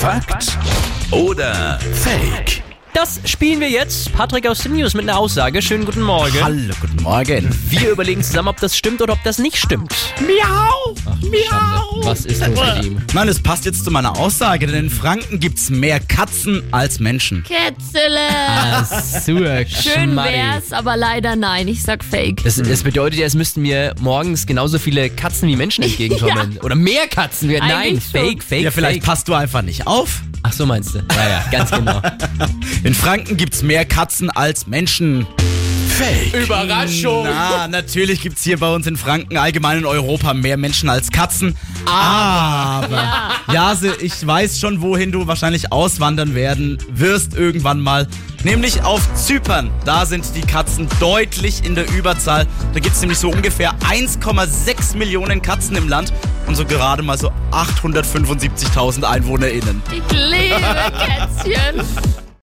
Fakt oder Fake? Das spielen wir jetzt. Patrick aus den News mit einer Aussage. Schönen guten Morgen. Hallo, guten Morgen. Wir überlegen zusammen, ob das stimmt oder ob das nicht stimmt. Miau! Schande. Was ist los mit ihm? Nein, es passt jetzt zu meiner Aussage, denn in Franken gibt's mehr Katzen als Menschen. Kätzele. Sur, Schön wär's, aber leider nein. Ich sag Fake. Es, es bedeutet ja, es müssten mir morgens genauso viele Katzen wie Menschen entgegenkommen. Oder mehr Katzen. werden. Nein, Eigentlich schon. fake, fake, ja, vielleicht fake. passt du einfach nicht auf. Ach so meinst du. Ja, ja, ganz genau. In Franken gibt's mehr Katzen als Menschen. Fake. Überraschung. Na, natürlich gibt's hier bei uns in Franken, allgemein in Europa, mehr Menschen als Katzen. Aber, Jase, ich weiß schon, wohin du wahrscheinlich auswandern werden wirst irgendwann mal. Nämlich auf Zypern. Da sind die Katzen deutlich in der Überzahl. Da gibt's nämlich so ungefähr 1,6 Millionen Katzen im Land und so gerade mal so 875.000 EinwohnerInnen. Ich liebe Kätzchen.